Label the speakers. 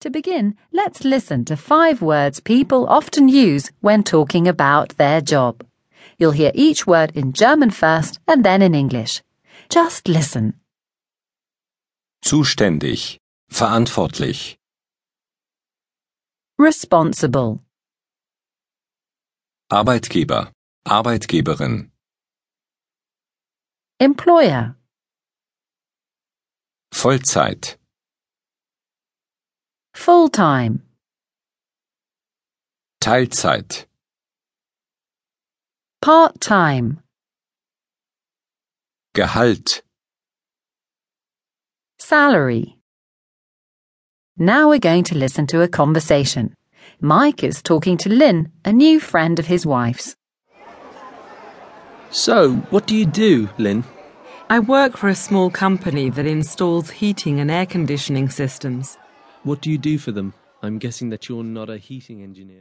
Speaker 1: To begin, let's listen to five words people often use when talking about their job. You'll hear each word in German first and then in English. Just listen.
Speaker 2: Zuständig. Verantwortlich.
Speaker 1: Responsible.
Speaker 2: Arbeitgeber. Arbeitgeberin.
Speaker 1: Employer.
Speaker 2: Vollzeit.
Speaker 1: Full time.
Speaker 2: Teilzeit.
Speaker 1: Part time.
Speaker 2: Gehalt.
Speaker 1: Salary. Now we're going to listen to a conversation. Mike is talking to Lynn, a new friend of his wife's.
Speaker 3: So, what do you do, Lynn?
Speaker 4: I work for a small company that installs heating and air conditioning systems.
Speaker 3: What do you do for them? I'm guessing that you're not a heating engineer.